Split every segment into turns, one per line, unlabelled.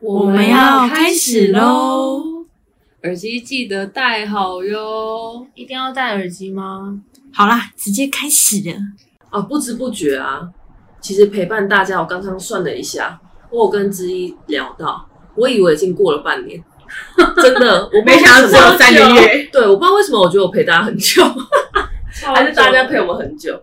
我
们要开始喽！
耳机记得戴好哟。
一定要戴耳机吗？
好啦，直接开始了。
啊，不知不觉啊，其实陪伴大家，我刚刚算了一下，我有跟之一聊到，我以为已经过了半年， 真的，我不知道
没想到
为
只
什么
有三个月，
对，我不知道为什么，我觉得我陪大家很久，还是大家陪我们很久。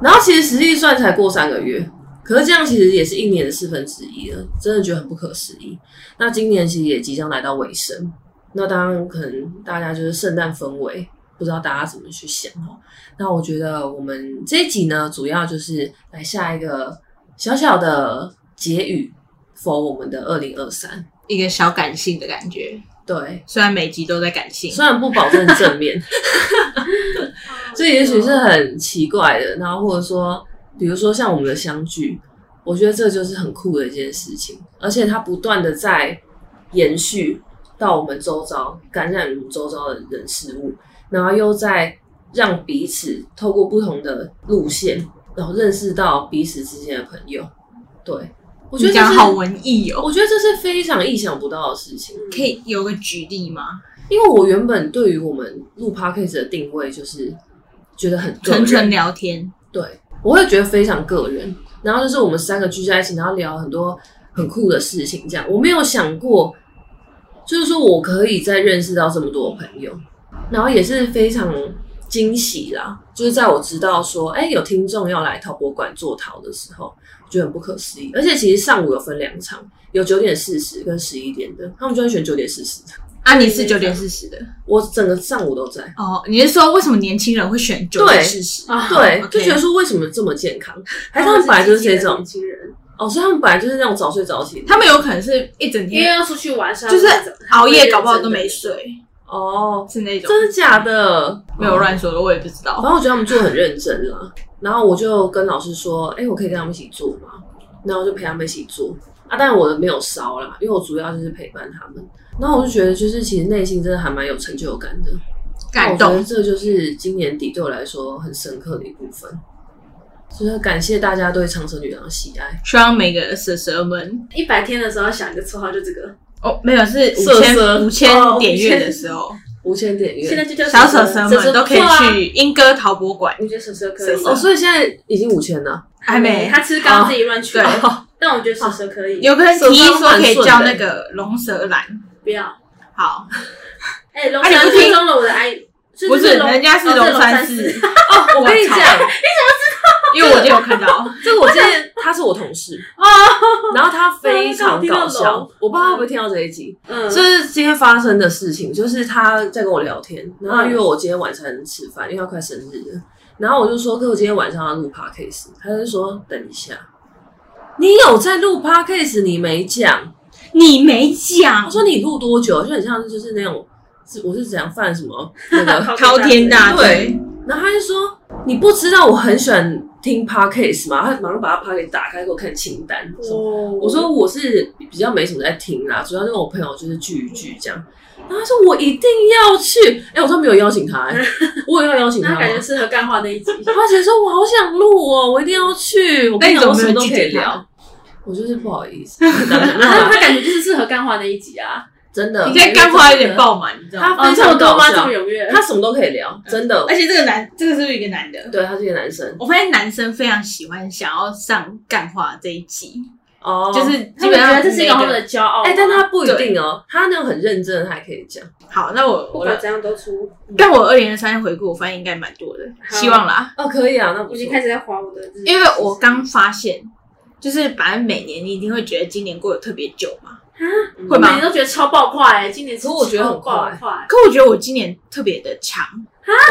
然后其实实际算才过三个月，可是这样其实也是一年的四分之一了，真的觉得很不可思议。那今年其实也即将来到尾声，那当然可能大家就是圣诞氛围，不知道大家怎么去想哦。那我觉得我们这一集呢，主要就是来下一个小小的结语否我们的二零二三。
一个小感性的感觉。
对，
虽然每集都在感性，
虽然不保证正面，这也许是很奇怪的。然后或者说，比如说像我们的相聚，我觉得这就是很酷的一件事情，而且它不断的在延续到我们周遭，感染我们周遭的人事物，然后又在让彼此透过不同的路线，然后认识到彼此之间的朋友。对，我
我
觉得这
讲
是
好文艺哦，
我觉得这是非常意想不到的事情。
可以有个举例吗？
因为我原本对于我们录 podcast 的定位就是觉得很个人
纯纯聊天，
对，我会觉得非常个人。然后就是我们三个聚在一起，然后聊很多很酷的事情，这样我没有想过，就是说我可以再认识到这么多朋友，然后也是非常惊喜啦。就是在我知道说，哎，有听众要来陶博馆做陶的时候，我觉得很不可思议。而且其实上午有分两场，有九点四十跟十一点的，他们就会选九点四十的。
啊，你是九点四十的
我整个上午都在，
哦？你是说为什么年轻人会选九点四十？
啊，
对
OK
就觉得说为什么这么健 康？还是他们本来就是这种
年轻人，
哦，所以他们本来就是那种早睡早起的。
他们有可能是一整
因为
天
要出去玩，所以
就是
他们
熬夜，搞不好都没。睡，
哦，
是那种
真的哦假的？
嗯
没有乱说的，我也不知
反
道。
正我觉得他们做得很认真啦。然后我就跟老师说，哎、我可以跟他们一起做吗？然后我就陪他们一起做啊。但我的没有烧啦，因为我主要就是陪伴他们。然后我就觉得，就是其实内心真的还蛮有成就感的。
感
那我觉
动
得，这就是今年底对我来说很深刻的一部分，就是感谢大家对长城女郎的喜爱。
希望每个蛇蛇们
一百天的时候想一个绰号，就这个。
哦，没有是五
蛇
千
蛇
五
哦
千
五
点阅
千
的时 候，
五千点阅，
现在就叫
小蛇蛇
蛇蛇
们都可以
不错啊。
去莺歌陶博馆，
我觉得蛇蛇可以，
哦，所以现在已经五千了。
还没哦
他吃刚自己乱取
对，哦
但我觉得蛇蛇可以。
有个人提议说可以叫那个龙蛇兰，
不要？
好，
哎，龙
啊你
山
不
追
听
踪了我的 i，
不是人家
哦
是龙山
寺
寺，，
哦，我跟你
我操
讲，
因为我就有看到，
这个我之前他是我同事哦，然后他非常搞笑， 我不知道他会不会听到这一集。
嗯，
哦
就是今天发生的事情，就是他在跟我聊天，然后因为我今天晚餐吃饭，因为他快生日了，然后我就说，哥，我今天晚上要录 podcast，他就说等一下，你有在录 podcast，你没讲，
你没讲
他说你录多久，就很像就是那种是我是怎样犯什么那个
滔天大罪，
然后他就说：“你不知道我很喜欢听 podcast 吗？”他马上把他 podcast 打开给我看清单。
哦
我说：“我是比较没什么在听啦，主要是跟我朋友就是聚一聚这样。”然后他说：“我一定要去。”哎、我说没有邀请他、 哎我有要邀请他
那
吗？
感觉适合干话那一集。
他姐说：“我好想录哦，我一定要去。”我跟你
那
讲，
你
我
怎么
什
没有
么都可以
拒绝他
聊。我就是不好意思，当然没有
他
啦
他感觉就是适合干话那一集啊，
真的。
你现在干话有点爆满，你知道吗？
他非
这么
常
多
搞
吗？这
笑
么，踊跃，
他什么都可以聊，
嗯
真的。
而且这个男，这个是不是一个男的？
对他是一个男生
我发现男生非常喜欢想要上干话这一集，
哦，
就是
他
基本
们觉
上
得这是一个他
每
们的骄傲吗。
哎、但他不一定哦，他那种很认真，他还可以讲。
好，那我
不
我
管怎样都出，
但我二零二三回顾，我发现应该蛮多的，
好
希望啦。
哦，可以啊，那
我
不错
已经开始在划我的日记，
因为我刚发现，就是反正每年你一定会觉得今年过得特别久嘛，
嗯
会
我
吗
每年都觉得超爆快欸，今年
可我觉得很快
超爆快，
可我觉得我今年特别的长，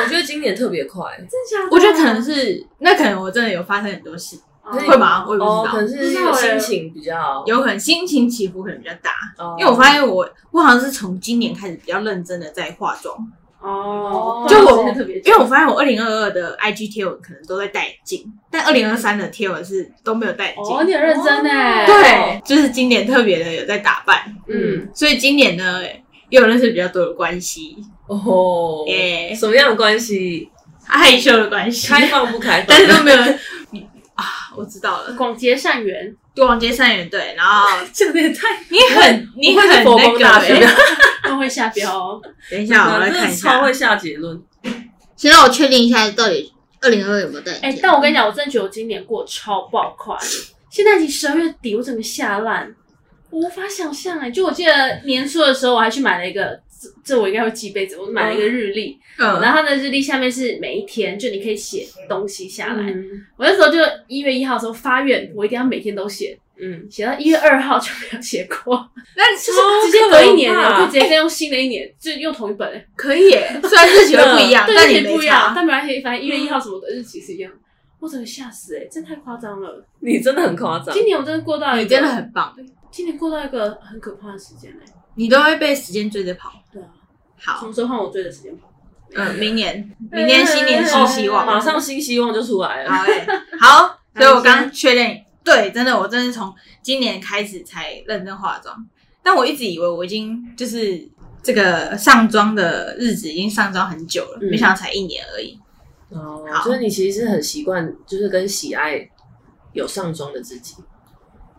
我觉得今年特别快，
真假的？
我觉得可能是那可能我真的有发生很多事，
哦
会吗？我也不
哦，
知
可
道，哎
能是因为心情比较，
有可能心情起伏可能比较大，
哦
因为我发现我我好像是从今年开始比较认真的在化妆，
哦，
就我
真的特别久，
因为我发现我二零二二的 IG 贴文可能都在戴眼镜，但二零二三的贴文是都没有戴眼镜。
哦，你很认真哎，
哦
对，就是今年特别的有在打扮，
嗯，
所以今年呢，也有认识比较多的关系，
哦，
耶啊
什么样的关系？
害羞的关系，
开放不开放？
但是都没有人啊，我知道了，
呃广结善缘，
广结善缘对，然后
这个也太……
你 很你
不会
很
是佛
那
光
个
大 学
欸，
都会下标哦。
等一下我来
真的
看一
是超
下，
会下结论。
先让我确定一下到底二零二有没有带。
哎、但我跟你讲，我真的觉得我今年过得超爆快。现在已经十二月底，我整个吓烂，我无法想象哎、就我记得年初的时候，我还去买了一个，这这我应该会记一辈子。我买了一个日历，然
嗯，
后它的日历下面是每一天，就你可以写东西下来。
嗯
我那时候就一月一号的时候发愿，我一定要每天都写，
嗯，
写到一月二号就没有写过，
那
就
就是
直接隔一年了，就直接再用新的一年，就用同一本、欸。
可以 耶，虽然日期会不一样，
对，
但
日
啊你
期不
没
一样，
差，嗯
但没关系，反正一月一号什么的日期是一样的。我整个吓死哎、欸，真太夸张了。
你真的很夸张。
今年我真的过到一个
嗯你真的，很棒，
今年过到一个很可怕的时间嘞、
你都会被时间追着跑。
对啊，什
好，
么时候换我追的时间跑？
嗯，明年明年新年新希望，
马上新希望就出来了。
好哎、好，所以我刚确认，对，真的，我真的是从今年开始才认真化妆，但我一直以为我已经就是这个上妆的日子已经上妆很久了，
嗯
没想到才一年而已。
哦，
好
所以你其实是很习惯，就是跟喜爱有上妆的自己。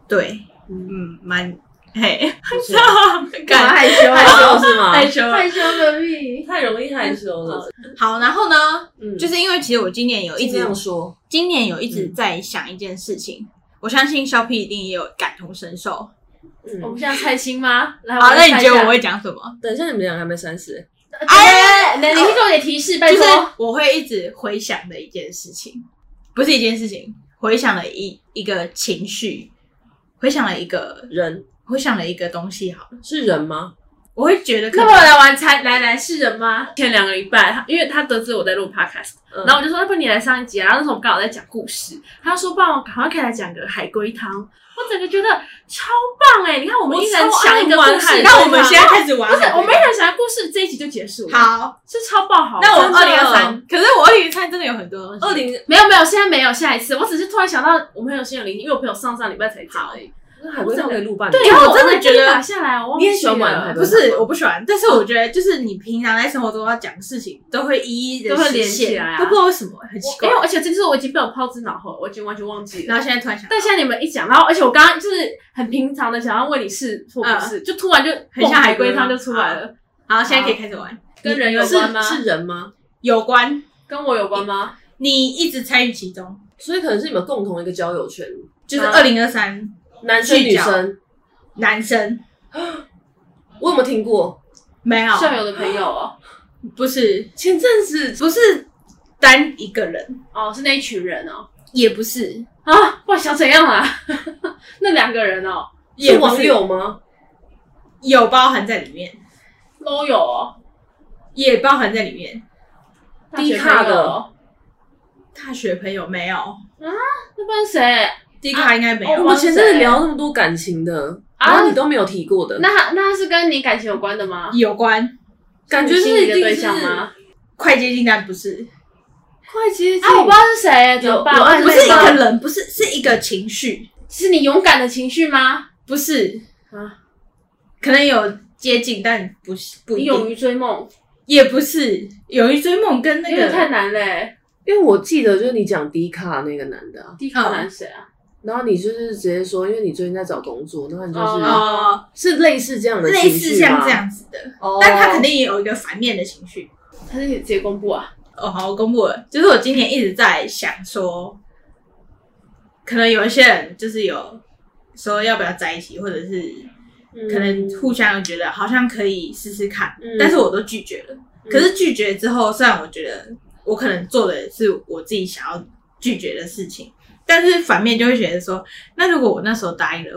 对，
嗯
嗯，蛮嘿，
不错
感
害羞
害羞啊是吗？
羞
害羞的屁！
太容易害羞了。
好，然后呢，
嗯，
就是因为其实我今年有一
一直这
直，
样说。
今年有一直在想一件事情。我相信肖 P 一定也有感同身受。好，
我们
嗯，
现在猜心吗？来，我们
那你
猜一
觉得我
下？
会讲什么？
等一下，你们两个还没三十，
哎，你你给我点提示，拜
就是
托。
我会一直回想的一件事情，不是一件事情，回想了一一个情绪，回想了一个，
人
回想了一个东西。好了，
是人吗？
我会觉得可
那
能
我来玩猜，来来是人吗？前两个礼拜，他因为他得知我在录 podcast，、
嗯
然后我就说，要不你来上一集啊？然后那时候我们刚好在讲故事，他说，不然我赶快可以来讲个海龟汤。我整个觉得超棒哎、你看，我们
我
一人
超
想一个
爱玩
故
海龟
事，
那我们现在开始玩
不是，
好
我
了
们一人想一个故事，这一集就结束了，
好，
是超爆好。
那我
真的
二零二三，可是我二零二三真的有很多东
二
西。
零
没有没有，现在没有，下一次。我只是突然想到，我们很有心有灵，因为我朋友上上礼拜才讲而已。
那海龟汤可以录半年。
对，然后
我真的
还
觉
特地
得
打下来，我忘
你也
记
喜欢玩海
了
龟。
不是我不喜欢，但是我觉得就是你平常在生活中要讲的事情，都会一一的
都会连
起
起来啊
都不知道为什么，很奇
我
怪
因。为而且这次我已经被我抛之脑后了，我已经完全忘记了。
然后现在突然想到，
但现在你们一讲，然后而且我刚刚就是很平常的想要问你是或不是，就突然就
嗯很像
蹦海
海龟
龟
汤
汤就出来了，
好，现在可以开始玩，
跟人有
是
关吗？
是人吗？
有关
跟我有关吗？
你一直参与其中，
所以可能是你们共同一个交友圈，
就是
啊
二零二三
男生
聚
女
焦
生，
男生
我有没有听过？
没有
校友的朋友哦，
不是，
前阵子
不是单一个人，
哦是那一群人哦，
也不是，
啊，哇想怎样啊？ 那两个人哦
也
是
不
网
是
友吗？
有包含在里面，
都有哦，
也包含在里面。
大学
低卡
朋友
的
哦，
大学朋友没有，
那不然谁？
迪卡应该没
哦
有。
我们前阵子聊那么多感情的，
啊
然后你都没有提过的，
那他那他是跟你感情有关的吗？
有关
感觉
你心
是
仪
一
的
定
对
是
象吗？
快接近，但不是，
快接近
啊，我不知道是谁，怎么办？
有有暧昧
不
我
是
也
一
知道
个人，不是是一个情绪，
是你勇敢的情绪吗？
不是
啊，
可能有接近，但不是不
你
一
勇
定，
于追梦，
也不是勇于追梦跟那
有点太
个
难嘞。
因为我记得就是你讲迪卡那个男的啊，
低卡
嗯
男谁啊？
然后你就是直接说，因为你最近在找工作，然后你就是、
哦
哦，
是类似这样的
类似像这，样子的，
哦、
但他肯定也有一个反面的情绪。
还是你直接公布啊？
哦，好，我公布了。就是我今年一直在想说，可能有一些人就是有说要不要在一起，或者是可能
嗯
互相又觉得好像可以试试看，
嗯
但是我都拒绝了。
嗯
可是拒绝之后，虽然我觉得我可能做的是我自己想要拒绝的事情，但是反面就会觉得说，那如果我那时候答应了，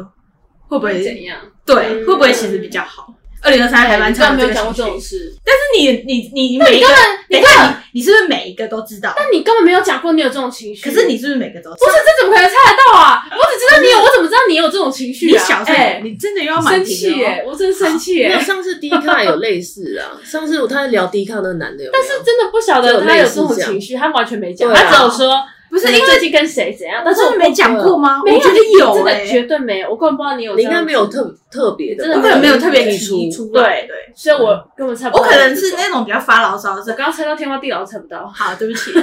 会不
会
会
怎样？嗯
对？会不会其实比较好？二零二三还蛮
你根
长的
本没
这
有
个
讲过这
情
种
绪，
事，
但是你你你每一个，等一下你你是不是每一个都知道？
但你根本没有讲过你有这种情
可
绪。
是你是不是每个都
不是这怎么可能猜得到啊？我只知道你有，我怎么知道你有这种情绪
你
啊？
小时候、
哎，
你真的又要满
生
屏
气
了哦
耶！我真的生气
没有
耶！
上次迪卡有类似啊，上次我他在聊迪卡那个男的有没有，但
啊
真的不晓得他有这种情绪，他完全没讲，他只有说
不是
你
因为
最近跟谁怎样，但
但
是
是
我
我没讲过吗？
没有
我觉得有
真的
哎，
绝对没有，我根本不知道你有，
你应该没有，特特别的吧，
真
我
的
可能没有特别
提
提
出
出来，
对
对，
所以我根本猜不
我
到。
可能是那种比较发牢骚的
我
是，
刚刚猜到天荒地老，猜不到。
好，对不 起，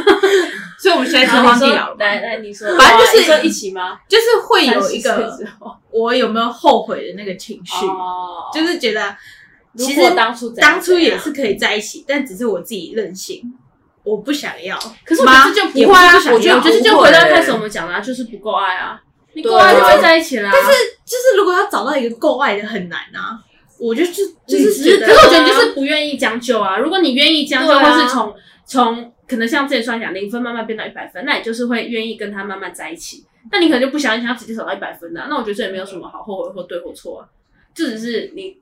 所以我们现在天
然后
荒
你
地
说
老了吧，
来哎来，你说，
反正就是
哇你说一起吗？
就是会有一
30
个
岁之后
我有没有后悔的那个情绪，
哦，
就是觉得
如
其
果
实
当初怎样
当初
怎样
也是可以在一起，但只是我自己任性，我不想要。
可是我
妈
觉得就
也
不会啊
不是，不
我觉
想
得
要
就是就
不会
回到
欸
开始我们讲的，啊，就是不够爱啊，你够
对啊
爱就会在一起啦。但是
就是如果要找到一个够爱的很难啊，我就就就
你
是
只
觉
是
得
可是我觉得你就是不愿意将就啊。如果你愿意将就，
对啊
或是从从可能像之前说讲零分慢慢变到一百分，那你就是会愿意跟他慢慢在一起。那你可能就不想想要直接走到一百分的啊、那我觉得这也没有什么好后悔或对或错啊，就只是你，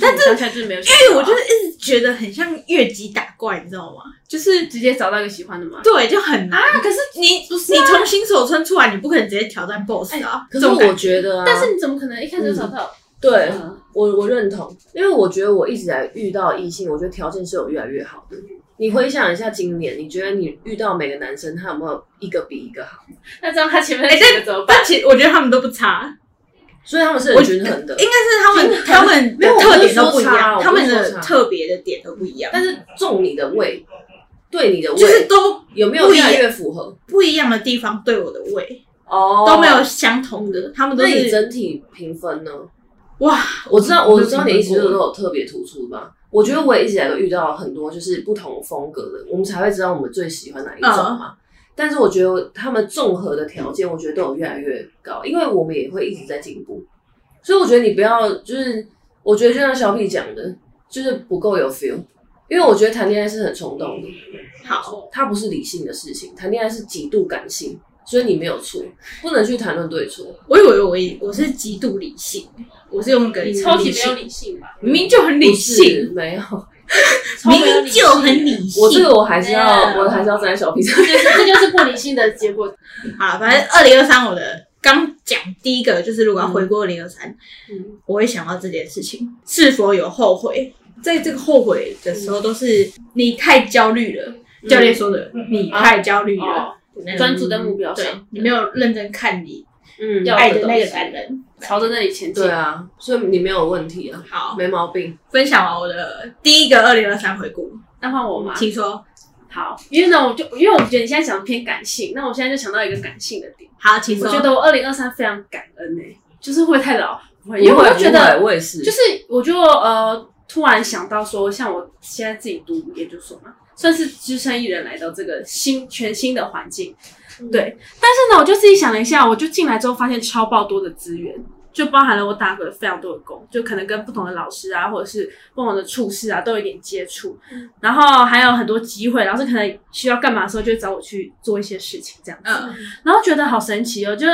但是当下就是没有想
因为
到啊，
我就是一直觉得很像越级打怪，你知道吗？就是
直接找到一个喜欢的嘛。啊
对，就很难。可是你你从新手村出来，你不可能直接挑战 BOSS 啊。
哎可是我觉得啊，
但是你怎么可能一开始就找到？
对
嗯
我我认同，因为我觉得我一直来遇到异性，我觉得条件是有越来越好的。你回想一下今年，你觉得你遇到每个男生，他有没有一个比一个好？
那这样他前面
哎
几个怎么办？
但其实我觉得他们都不差，
所以他们是很均衡的
应。该是他们他们
没有
的特点都
我不
不
是
一
说差
样，
我
他
不是
们
说
的
差
特别的点都不一样，
但是中你的胃，对你的胃，
就是都
有没有
不一
越
样
来越符合？
不一样的地方对我的胃
哦
都没有。相同的，他们都
那你
是
整体评分呢？
哇，
我知道，
我
我
没有
知道
评
你
分
一直
过
都有特别突出吧。我觉得我也一直以来都遇到很多就是不同风格的，我们才会知道我们最喜欢哪一种
嗯
嘛。但是我觉得他们综合的条件，我觉得都有越来越高，因为我们也会一直在进步。所以我觉得你不要就是，我觉得就像小 P 讲的，就是不够有 feel。因为我觉得谈恋爱是很冲动的，
好，
它不是理性的事情，谈恋爱是极度感性，所以你没有错，不能去谈论对错。
我以为我也我是极度理性，我是用个
你超级
理
没
性
有理性吧？
明明就很理性，
不是没有，
超没有理性
理
我这个我还是要，
Yeah
我还是要站在小 P 上。
这就是这就是不理性的结果。
好，反正二零二三我的刚讲第一个就是，如果要回顾二零二三，
嗯
我会想到这件事情是否有后悔。在这个后悔的时候，都是你太焦虑了。教练说的，你太焦虑了
嗯哦，
那种
专注在目标
对
上，
你没有认真看你
嗯
要
爱的那个男人。
朝着那里前进
对。啊，所以你没有问题啊，
好，
没毛病。
分享完我的第一个二零二三回顾，
那换我吗？
请说。
好，因为呢，我就因为我觉得你现在讲的偏感性，那我现在就想到一个感性的点，
好，请
我
说。
觉得我二零二三非常感恩诶、就是会不会太老，不会，
因
因为
为
我
我
就觉得
我也是，
就是我就呃突然想到说，像我现在自己读研究所嘛，算是只身一人来到这个新全新的环境，对。但是呢，我就自己想了一下，我就进来之后发现超爆多的资源，就包含了我打过非常多的工，就可能跟不同的老师啊，或者是不同的处室啊，都有一点接触。然后还有很多机会，老师可能需要干嘛的时候，就会找我去做一些事情这样子。
嗯，
然后觉得好神奇哦，就是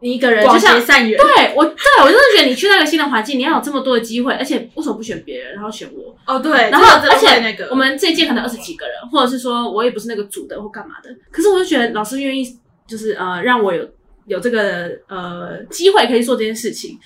你一个人，
广
就像
结善缘。
对我，对我真的觉得你去那个新的环境，你要有这么多的机会，而且为什么不选别人，然后选我？
哦，对。
然后
这个
而
真的
且
会那个
我们这一届可能二十几个人，或者是说我也不是那个组的或干嘛的，可是我就觉得老师愿意，就是呃让我有有这个呃机会可以做这件事情，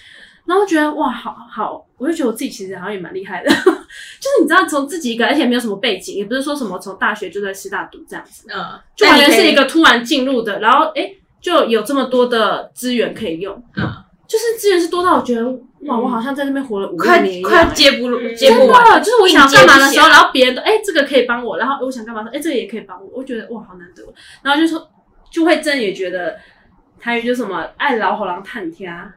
然后觉得哇，好好，我就觉得我自己其实好像也蛮厉害的， 就是你知道从自己一个，而且没有什么背景，也不是说什么从大学就在师大读这样子，
嗯，
就完
那
全
你可
是
以
一个突然进入的，然后哎、诶就有这么多的资源可以用，
嗯，
就是资源是多到我觉得哇，我好像在那边活了五六
快
年一样
快
诶
接不入
嗯
接不完。
真的，就是我想干嘛的时
应接不
候，
暇
然后别人都哎、这个可以帮我，然后哎我想干嘛的时候，哎、这个也可以帮我，我觉得哇好难得，然后就说就会真的也觉得台语就什么爱老虎狼探天啊，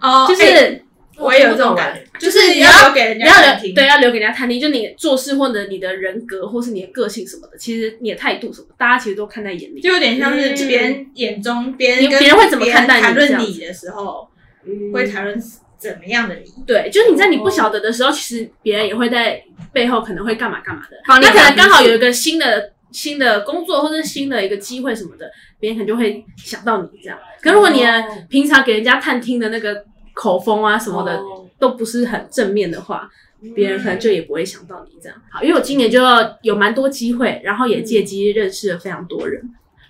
哦
就是。
哎我也有这种感觉，就是你要留给人
你
家
要
看
留
听。
对，要留给人家探听，就你做事或者你的人格或是你的个性什么的，其实你的态度什么，大家其实都看在眼里。
就有点像是别人眼中嗯别人
你
跟
别人会怎么看待你
谈
这
论
样
你的时候，
嗯
会谈论怎么样的你。
对，就是你在你不晓得的时候，其实别人也会在背后可能会干嘛干嘛的。
帮你
那可
打
能
分
刚好有一个新的新的工作或者是新的一个机会什么的，别人可能就会想到你这样。可如果你的平常给人家探听的那个口风啊什么
哦
的、都不是很正面的话，别人可
嗯
能就也不会想到你这样。好，因为我今年就有蛮多机会，然后也借机认识了非常多人，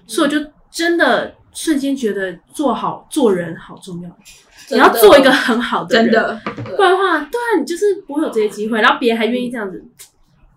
所以我就真的瞬间觉得做好做人好重要，你要
哦
做一个很好的人。
的，
不然的话，对啊，你就是不会有这些机会，然后别人还愿意这样子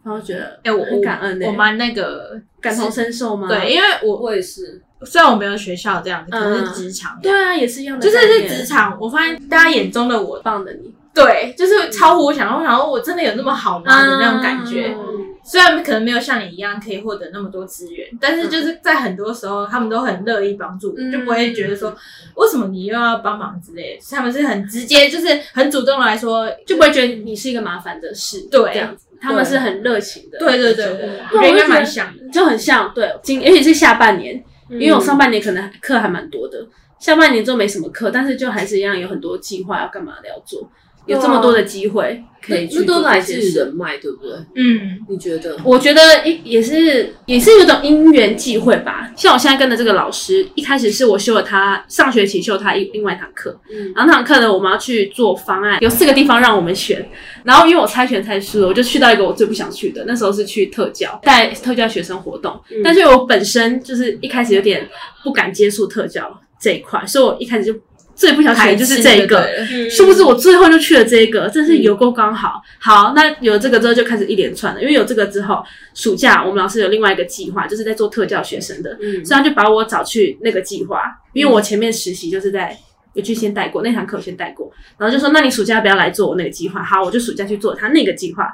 然后觉得
哎、我
很感恩呢、
我蛮那个
感同身受吗？
对，，因为我
我也是，
虽然我没有学校这样子，可
嗯
是职场、
对啊，也是一样的
就
概
是
念，
是职场，我发现大家眼中的我，嗯
棒的你，
对，就是超乎我想象，我想说我真的有那么好吗的那种感觉。
嗯
虽然可能没有像你一样可以获得那么多资源，但是就是在很多时候，他们都很乐意帮助我，
嗯
就不会觉得说为什么你又要帮忙之类的。他们是很直接，就是很主动地来说，
就不会觉得你是一个麻烦的事，
对
这样子，他们是很热情的，
对对对对，
对
我觉得应
我就
该
觉
蛮
得
像的。
就很像对，今而且是下半年，因为我上半年可能课还蛮多的，下半年就没什么课，但是就还是一样有很多计划要干嘛的要做，有这么多的机会可以去
那都
做
来
这
自
些
于
事
人脉，对不对？
嗯，
你觉得？
我觉得也也是也是有种因缘际会吧。像我现在跟的这个老师，一开始是我修了他上学期修他一另外一堂课，
嗯
然后那堂课呢，我们要去做方案，有四个地方让我们选。然后因为我猜拳猜输了，我就去到一个我最不想去的，那时候是去特教带特教学生活动，
嗯
但是我本身就是一开始有点不敢接触特教这一块，所以我一开始就最不想选的就是这一个。
排斥就对了，
嗯
殊不知我最后就去了这一个，真是有够刚好。好，那有了这个之后就开始一连串了，因为有这个之后，暑假我们老师有另外一个计划，就是在做特教学生的，
嗯
所以他就把我找去那个计划，因为我前面实习就是在。有去先带过那堂课，我先带过，然后就说：“那你暑假不要来做我那个计划。”好，我就暑假去做他那个计划。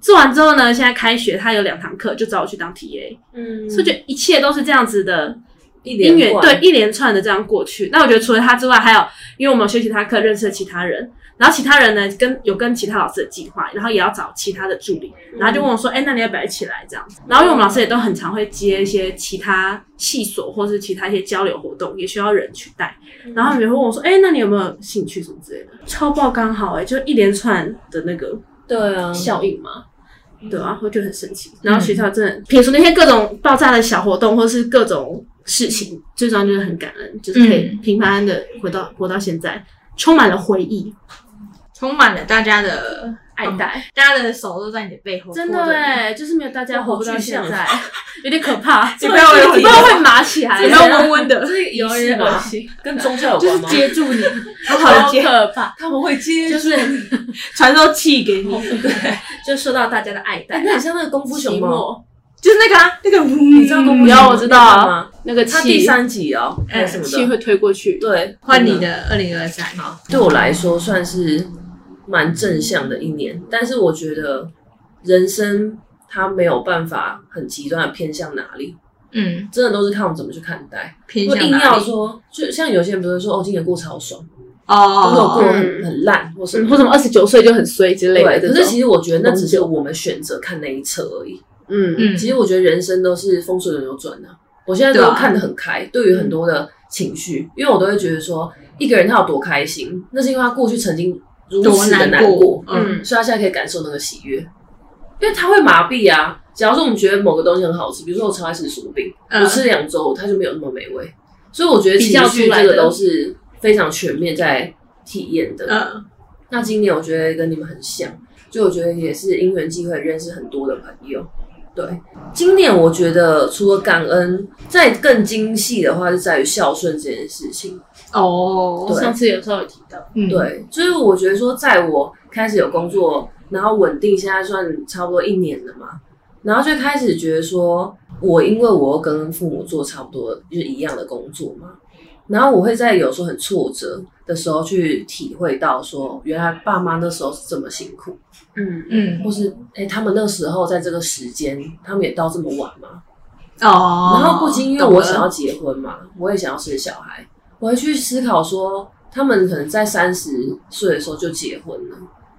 做完之后呢，现在开学他有两堂课，就找我去当 TA，、
嗯
所以就一切都是这样子的
一
因
连
缘
贯
对，一连串的这样过去。那我觉得除了他之外，还有因为我们有学其他课认识了其他人，然后其他人呢跟有跟其他老师的计划，然后也要找其他的助理，然后就问我说：“哎、那你要不要一起来？”这样子。然后因为我们老师也都很常会接一些其他系所或是其他一些交流活动，也需要人去带，然后他们也会问我说：“哎、那你有没有兴趣什么之类的？”超爆刚好哎、就一连串的那个
对啊，
效应嘛。对啊，我觉得很神奇。然后学校真的，撇除那些各种爆炸的小活动，或是各种事情，最重要就是很感恩，就是可以平平安安的回到活到现在，充满了回忆、
充满了大家的
爱戴。
大家的手都在你的背后，
真的
哎，
哎，就是没有大家活不到现
好具
在，有点可 怕。
你不要有
不知道会麻起来，
你不要温温的，
有
点恶心，
跟宗教有
就
关
是
吗？
接住你，好好的
好
接，
可怕。
他们会接
哦
就
就
是
是
传授气给你，
就受到大家的爱戴，
哎那很像那个功夫熊猫，
哎寞
就是那个啊，那个呜，
嗯你知道功夫
有
熊猫
我知道啊
吗？
那个
它第
气，
三集哦，
嗯
还是什
气
么的？
会推过去。
对，
换你
真。
的二零二三，
对我来说算是蛮正向的一年，但是我觉得人生它没有办法很极端的偏向哪里，
嗯，
真的都是看我们怎么去看待。
偏
如
向
果硬
哪里
要说，就像有些人不是说哦，今年过超爽，或者我过
哦，
得很
嗯
很烂，或什
嗯，
么
或什么二十九岁就很衰之类的
对，
这
可
种。
是其实我觉得那只是我们选择看那一侧而已。
嗯
嗯
其实我觉得人生都是风水轮流转的、我现在
对
都
啊
看得很开，对于很多的情绪，因为我都会觉得说，一个人他有多开心，那是因为他过去曾经如
多
此的难
过
过，，
嗯，
嗯
所以他现在可以感受那个喜悦，因为他会麻痹啊。假如说我们觉得某个东西很好吃，比如说我超爱吃薯饼，
嗯
我吃两周它就没有那么美味，所以我觉得
比
情
较
绪
出来
这个
的
都是非常全面在体验的。
嗯，
那今年我觉得跟你们很像，就我觉得也是因缘际会认识很多的朋友。对，今年我觉得除了感恩，再更精细的话，是在于孝顺这件事情。
哦，
对
上次有时候有提到，
嗯，
对，就是我觉得说，在我开始有工作，然后稳定，现在算差不多一年了嘛，然后就开始觉得说，我因为我又跟父母做差不多就是一样的工作嘛，然后我会在有时候很挫折的时候去体会到说，原来爸妈那时候是这么辛苦。
嗯，
嗯，
或是哎、诶他们那时候在这个时间，他们也到这么晚嘛。
哦，
然后不仅因为我想
懂
要
了，
结婚嘛，我也想要生小孩，我会去思考说，他们可能在三十岁的时候就结婚了，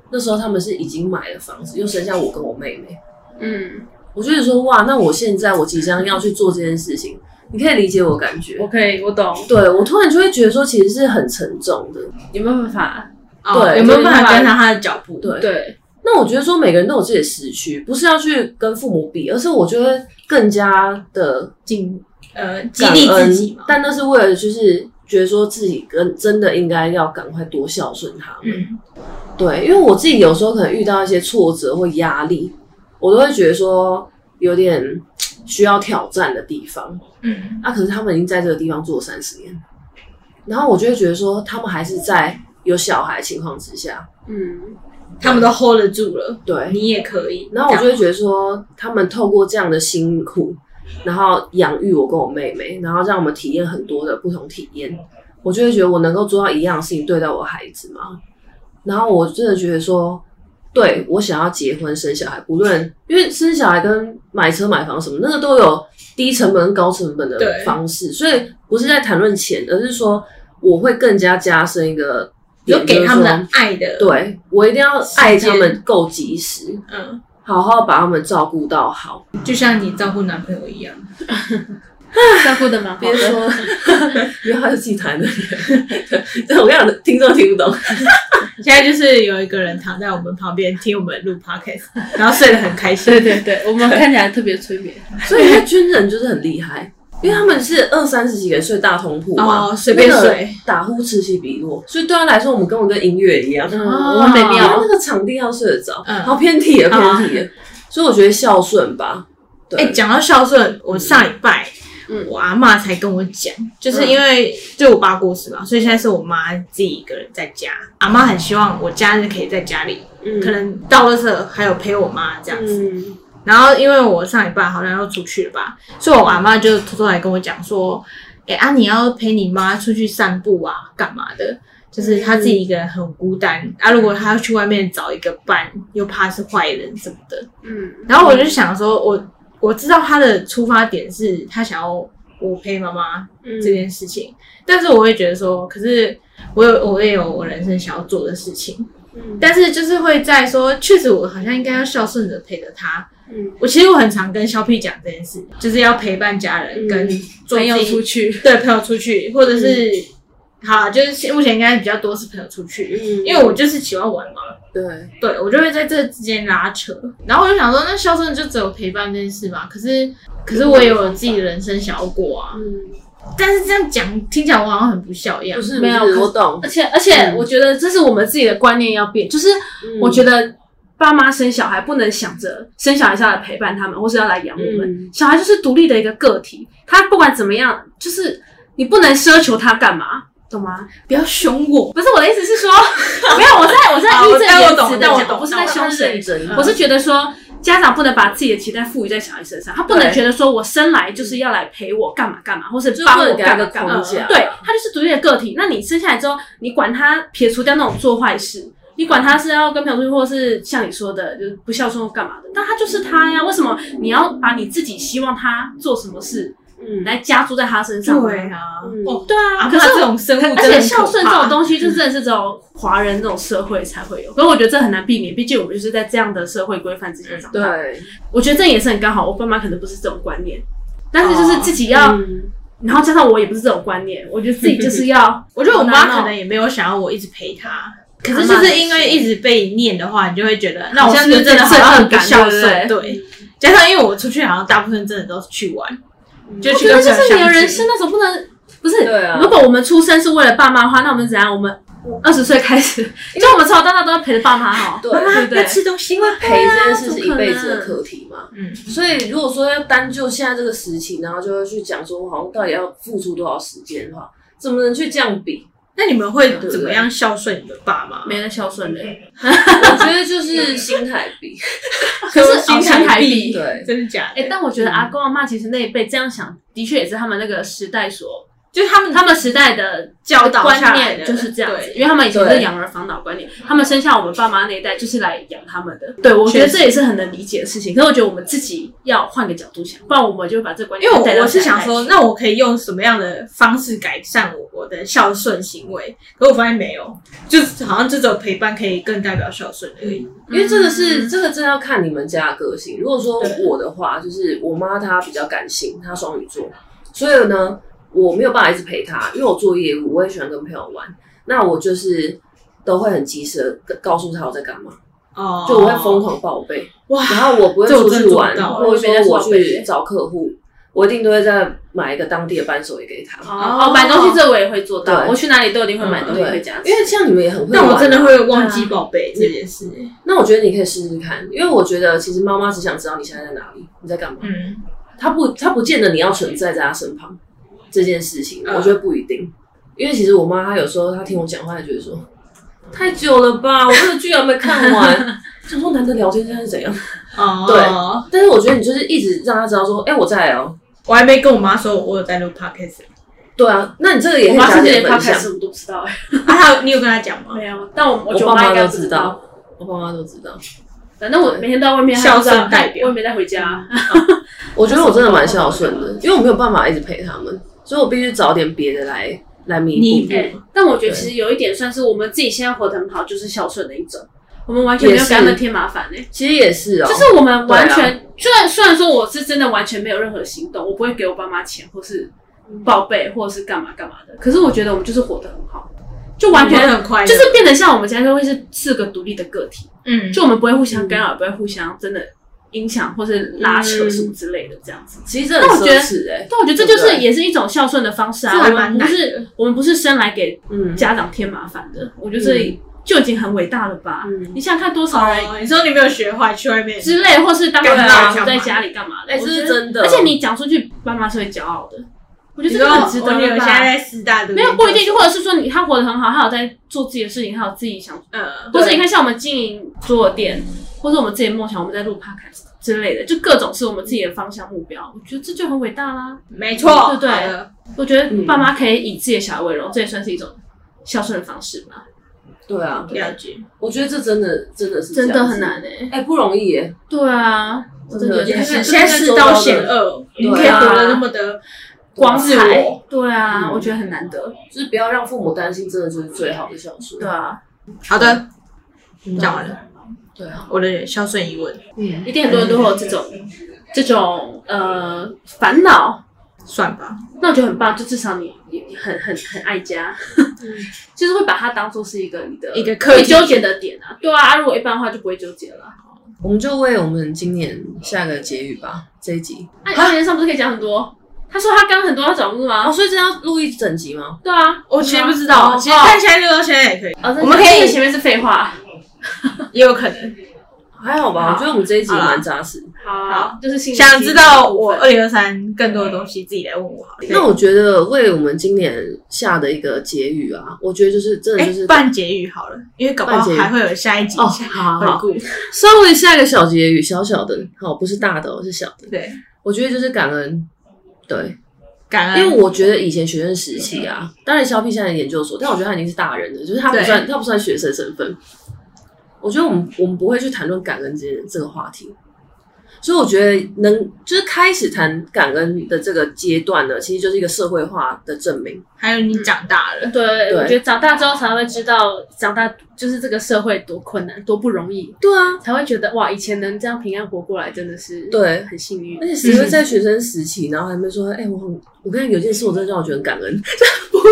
那时候他们是已经买了房子，又生下我跟我妹妹。
嗯，
我就觉得说，哇，那我现在我即将要去做这件事情，你可以理解我感觉
我。可以，我懂，
对我突然就会觉得说，其实是很沉重的。
有没有办法？
哦
对
有没有
就
办
是慢
法
慢
跟上他的脚步？
对
对，
那我觉得说每个人都有自己的时区，不是要去跟父母比，而是我觉得更加的
进呃激
感
励
恩，
自己嘛，
但那是为了就是觉得说自己跟真的应该要赶快多孝顺他们。
嗯
对，因为我自己有时候可能遇到一些挫折或压力，我都会觉得说有点嘖需要挑战的地方
嗯
啊。可是他们已经在这个地方做三十年，然后我就会觉得说他们还是在有小孩的情况之下，
嗯，
他们都 hold 得住了，
对，
你也可以。
然后我就会觉得说，他们透过这样的辛苦，然后养育我跟我妹妹，然后让我们体验很多的不同体验，我就会觉得我能够做到一样的事情对待我孩子吗？然后我真的觉得说，对我想要结婚生小孩，不论因为生小孩跟买车买房什么，那个都有低成本跟高成本的
对
方式，所以不是在谈论钱，而是说我会更加加深一个点。
有给他们
就是
的
说
爱的，，
对我一定要爱他
时
们
间
够及时，
嗯，
好好把他们照顾到好。
就像你照顾男朋友一样，
照顾的蛮好
别
的。
说，原来他是自己谈的，但我跟你讲，听众听不懂。
现在就是有一个人躺在我们旁边听我们录 podcast，然后睡得很开心。
对对对，我们看起来特别催眠。
所以那军人就是很厉害，因为他们是二三十几个人睡大通铺嘛，
哦随便睡，
打呼此起彼落，所以对他来说，我们根本跟音乐一样，
嗯，
哦
我们没
因为
妙。哦
那个场地要睡得着，
嗯
然后偏题了，偏题了。所以我觉得孝顺吧，对，
哎、讲到孝顺，我上礼拜、
嗯
我阿妈才跟我讲，就是因为就我爸过世嘛，所以现在是我妈自己一个人在家。阿妈很希望我假日可以在家里，
嗯
可能到垃圾还有陪我妈这样子。
嗯，
然后因为我上礼拜好像要出去了吧，所以我阿妈就偷偷来跟我讲说：“哎、啊，你要陪你妈出去散步啊，干嘛的？”就是她自己一个人很孤单啊，如果她要去外面找一个伴，又怕是坏人什么的，
嗯，
然后我就想说，我我知道他的出发点是他想要我陪妈妈
嗯
这件事情，但是我会觉得说，可是我有我也有我人生想要做的事情，
嗯
但是就是会在说，确实我好像应该要孝顺的陪着他。
嗯，
我其实我很常跟肖屁讲这件事，就是要陪伴家人，
嗯
跟做
没有
自己
出去。
对朋友出去，或者是、好啦，就是现目前应该比较多是朋友出去，
嗯
因为我就是喜欢玩嘛。
对，
对我就会在这之间拉扯。然后我就想说，那孝顺就只有陪伴这件事嘛。可是，可是我也有我自己的人生想要过啊。
嗯，
但是这样讲，听起来我好像很不孝一样
不。是
没有
不是
可是
我懂
而，且而且，我觉得这是我们自己的观念要变，就是我觉得爸妈生小孩不能想着生小孩是要来陪伴他们，或是要来养我们。
嗯
小孩就是独立的一个个体，他不管怎么样，就是你不能奢求他干嘛，懂吗？
不要凶我，
不是我的意 思是说，没有，我在我在
好
义正
但我
言
懂
辞的
但我
讲，
懂
不是在凶谁
认，真，
我是觉得说。家长不能把自己的期待赋予在小孩身上，他不能
对
觉得说我生来就是要来陪我干嘛干嘛，或是
就
帮
不
我
能给他
干
一
嘛
个
干嘛
框。架，
对，他就是独立的个体。那你生下来之后，你管他撇除掉那种做坏事，你管他是要跟朋友出去，或是像你说的，就是不孝顺或干嘛的，但他就是他呀。为什么你要把你自己希望他做什么事
嗯，
来加注在他身上？
对，啊，
嗯
哦，
对啊。
阿
可
妈
是
这种生物
可
真的
而
很可怕，
且孝顺这种东西，就真的是只有华人这种社会才会有。可是我觉得这很难避免，毕竟我们就是在这样的社会规范之下长大。，
对，
我觉得这也是很刚好。我爸妈可能不是这种观念，
哦
但是就是自己要，
嗯
然后加上我也不是这种观念，我觉得自己就是要
我觉得我
好
妈
难哦
可能也没有想要我一直陪她。可是就是因为一直被念的话，你就会觉得那我
好像
是不是真的
有
好
点
像很
正
不
义感
孝
对
顺？
不
对， 加上因为我出去好像大部分真的都是去玩，哦就
我
去
觉
跟
得
朋
就
友相
是你的
聚
人生那种不能不是。
对啊
如，果我们出生是为了爸妈的话，那我们怎样？我们二十岁开始，就我们从小到大都要陪着爸妈好，
对
对不对？
东西吗？
陪这
啊
件事是一辈子的课题嘛。
嗯，
所以如果说要单就现在这个时期，然后就会去讲说，我好像到底要付出多少时间的话，怎么能去这样比？
那你们会怎么样孝顺你们爸妈？
没人孝顺的，
我觉得就是心态比，
可是
心
哦
态
心态
比
比
对，
真的假的？
哎，但我觉得阿公阿妈其实那一辈这样想，的确也是他们那个时代所，
就是他们
他们时代的
教导下
观
来的
念就是这样子，
嗯对
因为他们以前
对
是养儿防老观念，他们生下我们爸妈那一代就是来养他们的。对，我觉得这也是很能理解的事情。可是我觉得我们自己要换个角度想，不然我们就会把这个观
因
念
为
带
我
到
我是
下一
想
代
说，
去
那我可以用什么样的方式改善我我的孝顺行为？可我发现没有，就是好像这种陪伴可以更代表孝顺而已。
因为这个是这个真的要看你们家的个性。如果说
嗯对
我的话，就是我妈她比较感性，她双鱼座，所以呢，我没有办法一直陪她，因为我做业务，我也喜欢跟朋友玩，那我就是都会很及时的告诉她我在干嘛，
哦
就我会疯狂报备。
哇！
然后我不会出去玩
这我真的做不，到
或者说我去找客户，我一定都会再买一个当地的伴手礼给他。
哦，买东西这我也会做到，
对嗯
我去哪里都一定会买东西
对
回家吃。
因为像你们也很会玩
但
啊，
我真的会忘记宝贝这件事。
那我觉得你可以试试看，因为我觉得其实妈妈只想知道你现在在哪里，你在干嘛。
嗯，
她不，她不见得你要存在在她身旁这件事情，
嗯
我觉得不一定。因为其实我妈她有时候她听我讲话，她觉得说太久了吧？我那个剧还没看完，想说难得聊天现在是怎样？
哦
对但是我觉得你就是一直让他知道说，哎、我在哦。
我还没跟我妈说我有在录 podcast，
对啊，那你这个 也
我
可以
妈
早
甚至
点
连
分
podcast
享。
什么都不知道 哎、
啊，她有你有跟她讲吗？
没有，但我我
我
舅
爸
妈
妈
应该
都
不
知道，，嗯我爸妈都知道。
反正我每天都在外面，
孝顺
她不知道
代表
我也没带回家。
嗯我觉得我真的蛮孝顺的，因为我没有办法一直陪他们，所以我必须找点别的来来弥
弥
补
补。
哎、但我觉得其实有一点算是我们自己现在活得很好，就是孝顺的一种。我们完全没有给他
也
们
是
添麻烦哎、
其实也是哦、
就是我们完全，虽然虽然说我是真的完全没有任何行动，我不会给我爸妈钱或是报备或者是干嘛干嘛的，可是我觉得我们就是活得很好，就完
我
全
们很快乐，
就是变得像我们现在就会是四个独立的个体，
嗯，
就我们不会互相干扰，也不会互相真的影响或是拉扯什么
嗯
之类的这样子。
其实这很
但我觉
奢
得
侈哎、
但我觉得这就
对
是
不
也是一种孝顺的方式啊，
这还
我
蛮
们不
难的
是我们不是生来给
嗯，
家长添麻烦的，我觉得这就已经很伟大了吧？
嗯
你想想看多少人
嗯哦，你说你没有学坏，去外面，
之类，或是当
干嘛
老
干嘛
师在家里干嘛的？
哎
我
这是
觉得
真的
而且你讲出去，爸妈是会骄傲的。我觉
你
得这
说
个很值得
我女儿现
了
在
吧。
在师大，对对
没有不一定，或者是说你他活得很好，他有在做自己的事情，他有自己想，
嗯，
或是你看像我们经营桌游店，或是我们自己的梦想，我们在录 podcast 之类的，就各种是我们自己的方向目标。我觉得这就很伟大啦。
没错，
对对
好的
我觉得爸妈可以以自己的小孩为荣，这也算是一种孝顺的方式吧。
对啊，
了解，
我觉得这真的真的是
真
这
的
样子
很难哎、
哎、不容易耶、
对啊，我真的觉
真
得
的
是
现在世道险恶，你可以活得那么的
光
自
彩
我。
对啊，
嗯
我觉得很难得。
就是不要让父母担心，真的就是最好的孝顺。
对啊。
好的，
嗯
讲完了
对啊，
我的孝顺疑问，
嗯，
一定很多人都会有这种这种呃烦恼。
算吧，
那我觉得很棒，就至少你你你很很很爱家，就是会把它当做是一个你的
嗯一个课题
你纠结的点啊。对啊，如果一般的话就不会纠结了。啊
我们就为我们今年下个结语吧，这一集。
那你今天上不是可以讲很多？他说他刚很多要找路
哦，
吗？
所以这要录一整集吗？
对啊，
我其实不知
哦
道，其实看现在录到现在也可以，
哦真的
我们可以
因为前面是废话。
也有可能。
还好吧，
好
我觉得我们这一集蛮扎实。
好，就是心理
想知道我呃
部
二
分
零二三更多的东西，自己来问我好了。
那我觉得为我们今年下的一个结语啊，我觉得就是真的
哎
就是，
办结语好了，因为搞不好
办结语
还会有下一集
哦，好好
回
好，
顾。
稍微下一个小结语，小小的，好，不是大的哦，是小的。
对，
我觉得就是感恩，对，
感恩，
因为我觉得以前学生时期啊，当然肖碧现在研究所，但我觉得他已经是大人了，就是他不
嗯对
算他不算学生身份。我觉得我们我们不会去谈论感恩这件这个话题，所以我觉得能就是开始谈感恩的这个阶段呢，其实就是一个社会化的证明。
还有你长大了，
对，
对
我觉得长大之后才会知道，长大就是这个社会多困难，多不容易。
对啊，
才会觉得哇，以前能这样平安活过来，真的是
对
很幸运
而。且谁
嗯
会在学生时期，然后还没说，哎、我很我跟你讲有件事，我真的让我觉得很感恩， 不会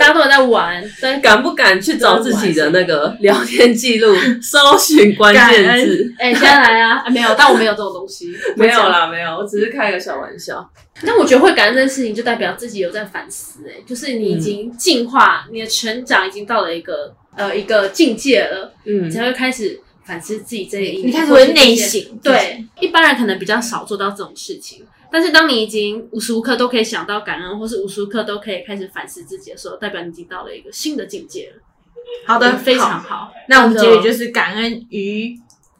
大家都有在玩，但
敢不敢去找自己的那个聊天记 录，搜寻关
感
键字
恩。
哎、现在来啊、啊 没有，但我没有这种东西，
没有。啦，没有，我只是开个小玩笑。
但我觉得会感恩这件事情，就代表自己有在反思、哎，就是你已经进化，你的成长已经到了一个呃一个境界了，
嗯
你才会开始反思自己这一。
嗯你开始
或者
会
是
内
这些
省，
对，一般人可能比较少做到这种事情。但是当你已经无时无刻都可以想到感恩，或是无时无刻都可以开始反思自己的时候，代表你已经到了一个新的境界了，
好的，
非
嗯
常
好。
好。
那我们结语就是感恩与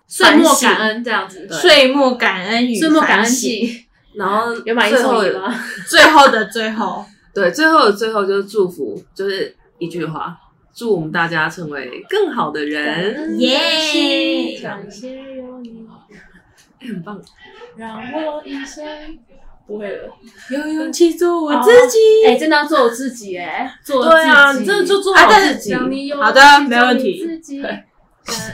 岁末感恩这样子，
对
岁末感恩与
岁末感
反
恩
省，
季
然后
有买一
最
送
后
一吗？
最后的最后，
对，最后最后就是祝福，就是一句话，祝我们大家成为更好的人。
嗯
耶！
感谢有你，
很棒，
哎让我一生不会了。
有 勇气做我
自
己。
哎，真的要做我自己哎，做
对啊，你真的就做好
啊但是
自己，
让你有
好的没问题
自己感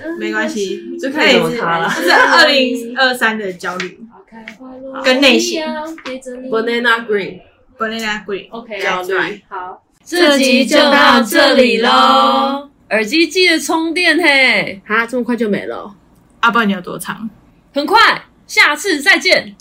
恩
没关 系，
就看你怎么擦了
这是二零二三的焦虑。
打开花落
跟内心
一样陪着你
Banana Green。
Banana Green，
OK，
焦虑
好，
这
集就到这里咯，
耳机记得充电嘿，
啊，这么快就没了哦、
阿爸你有多长？
很快，下次再见。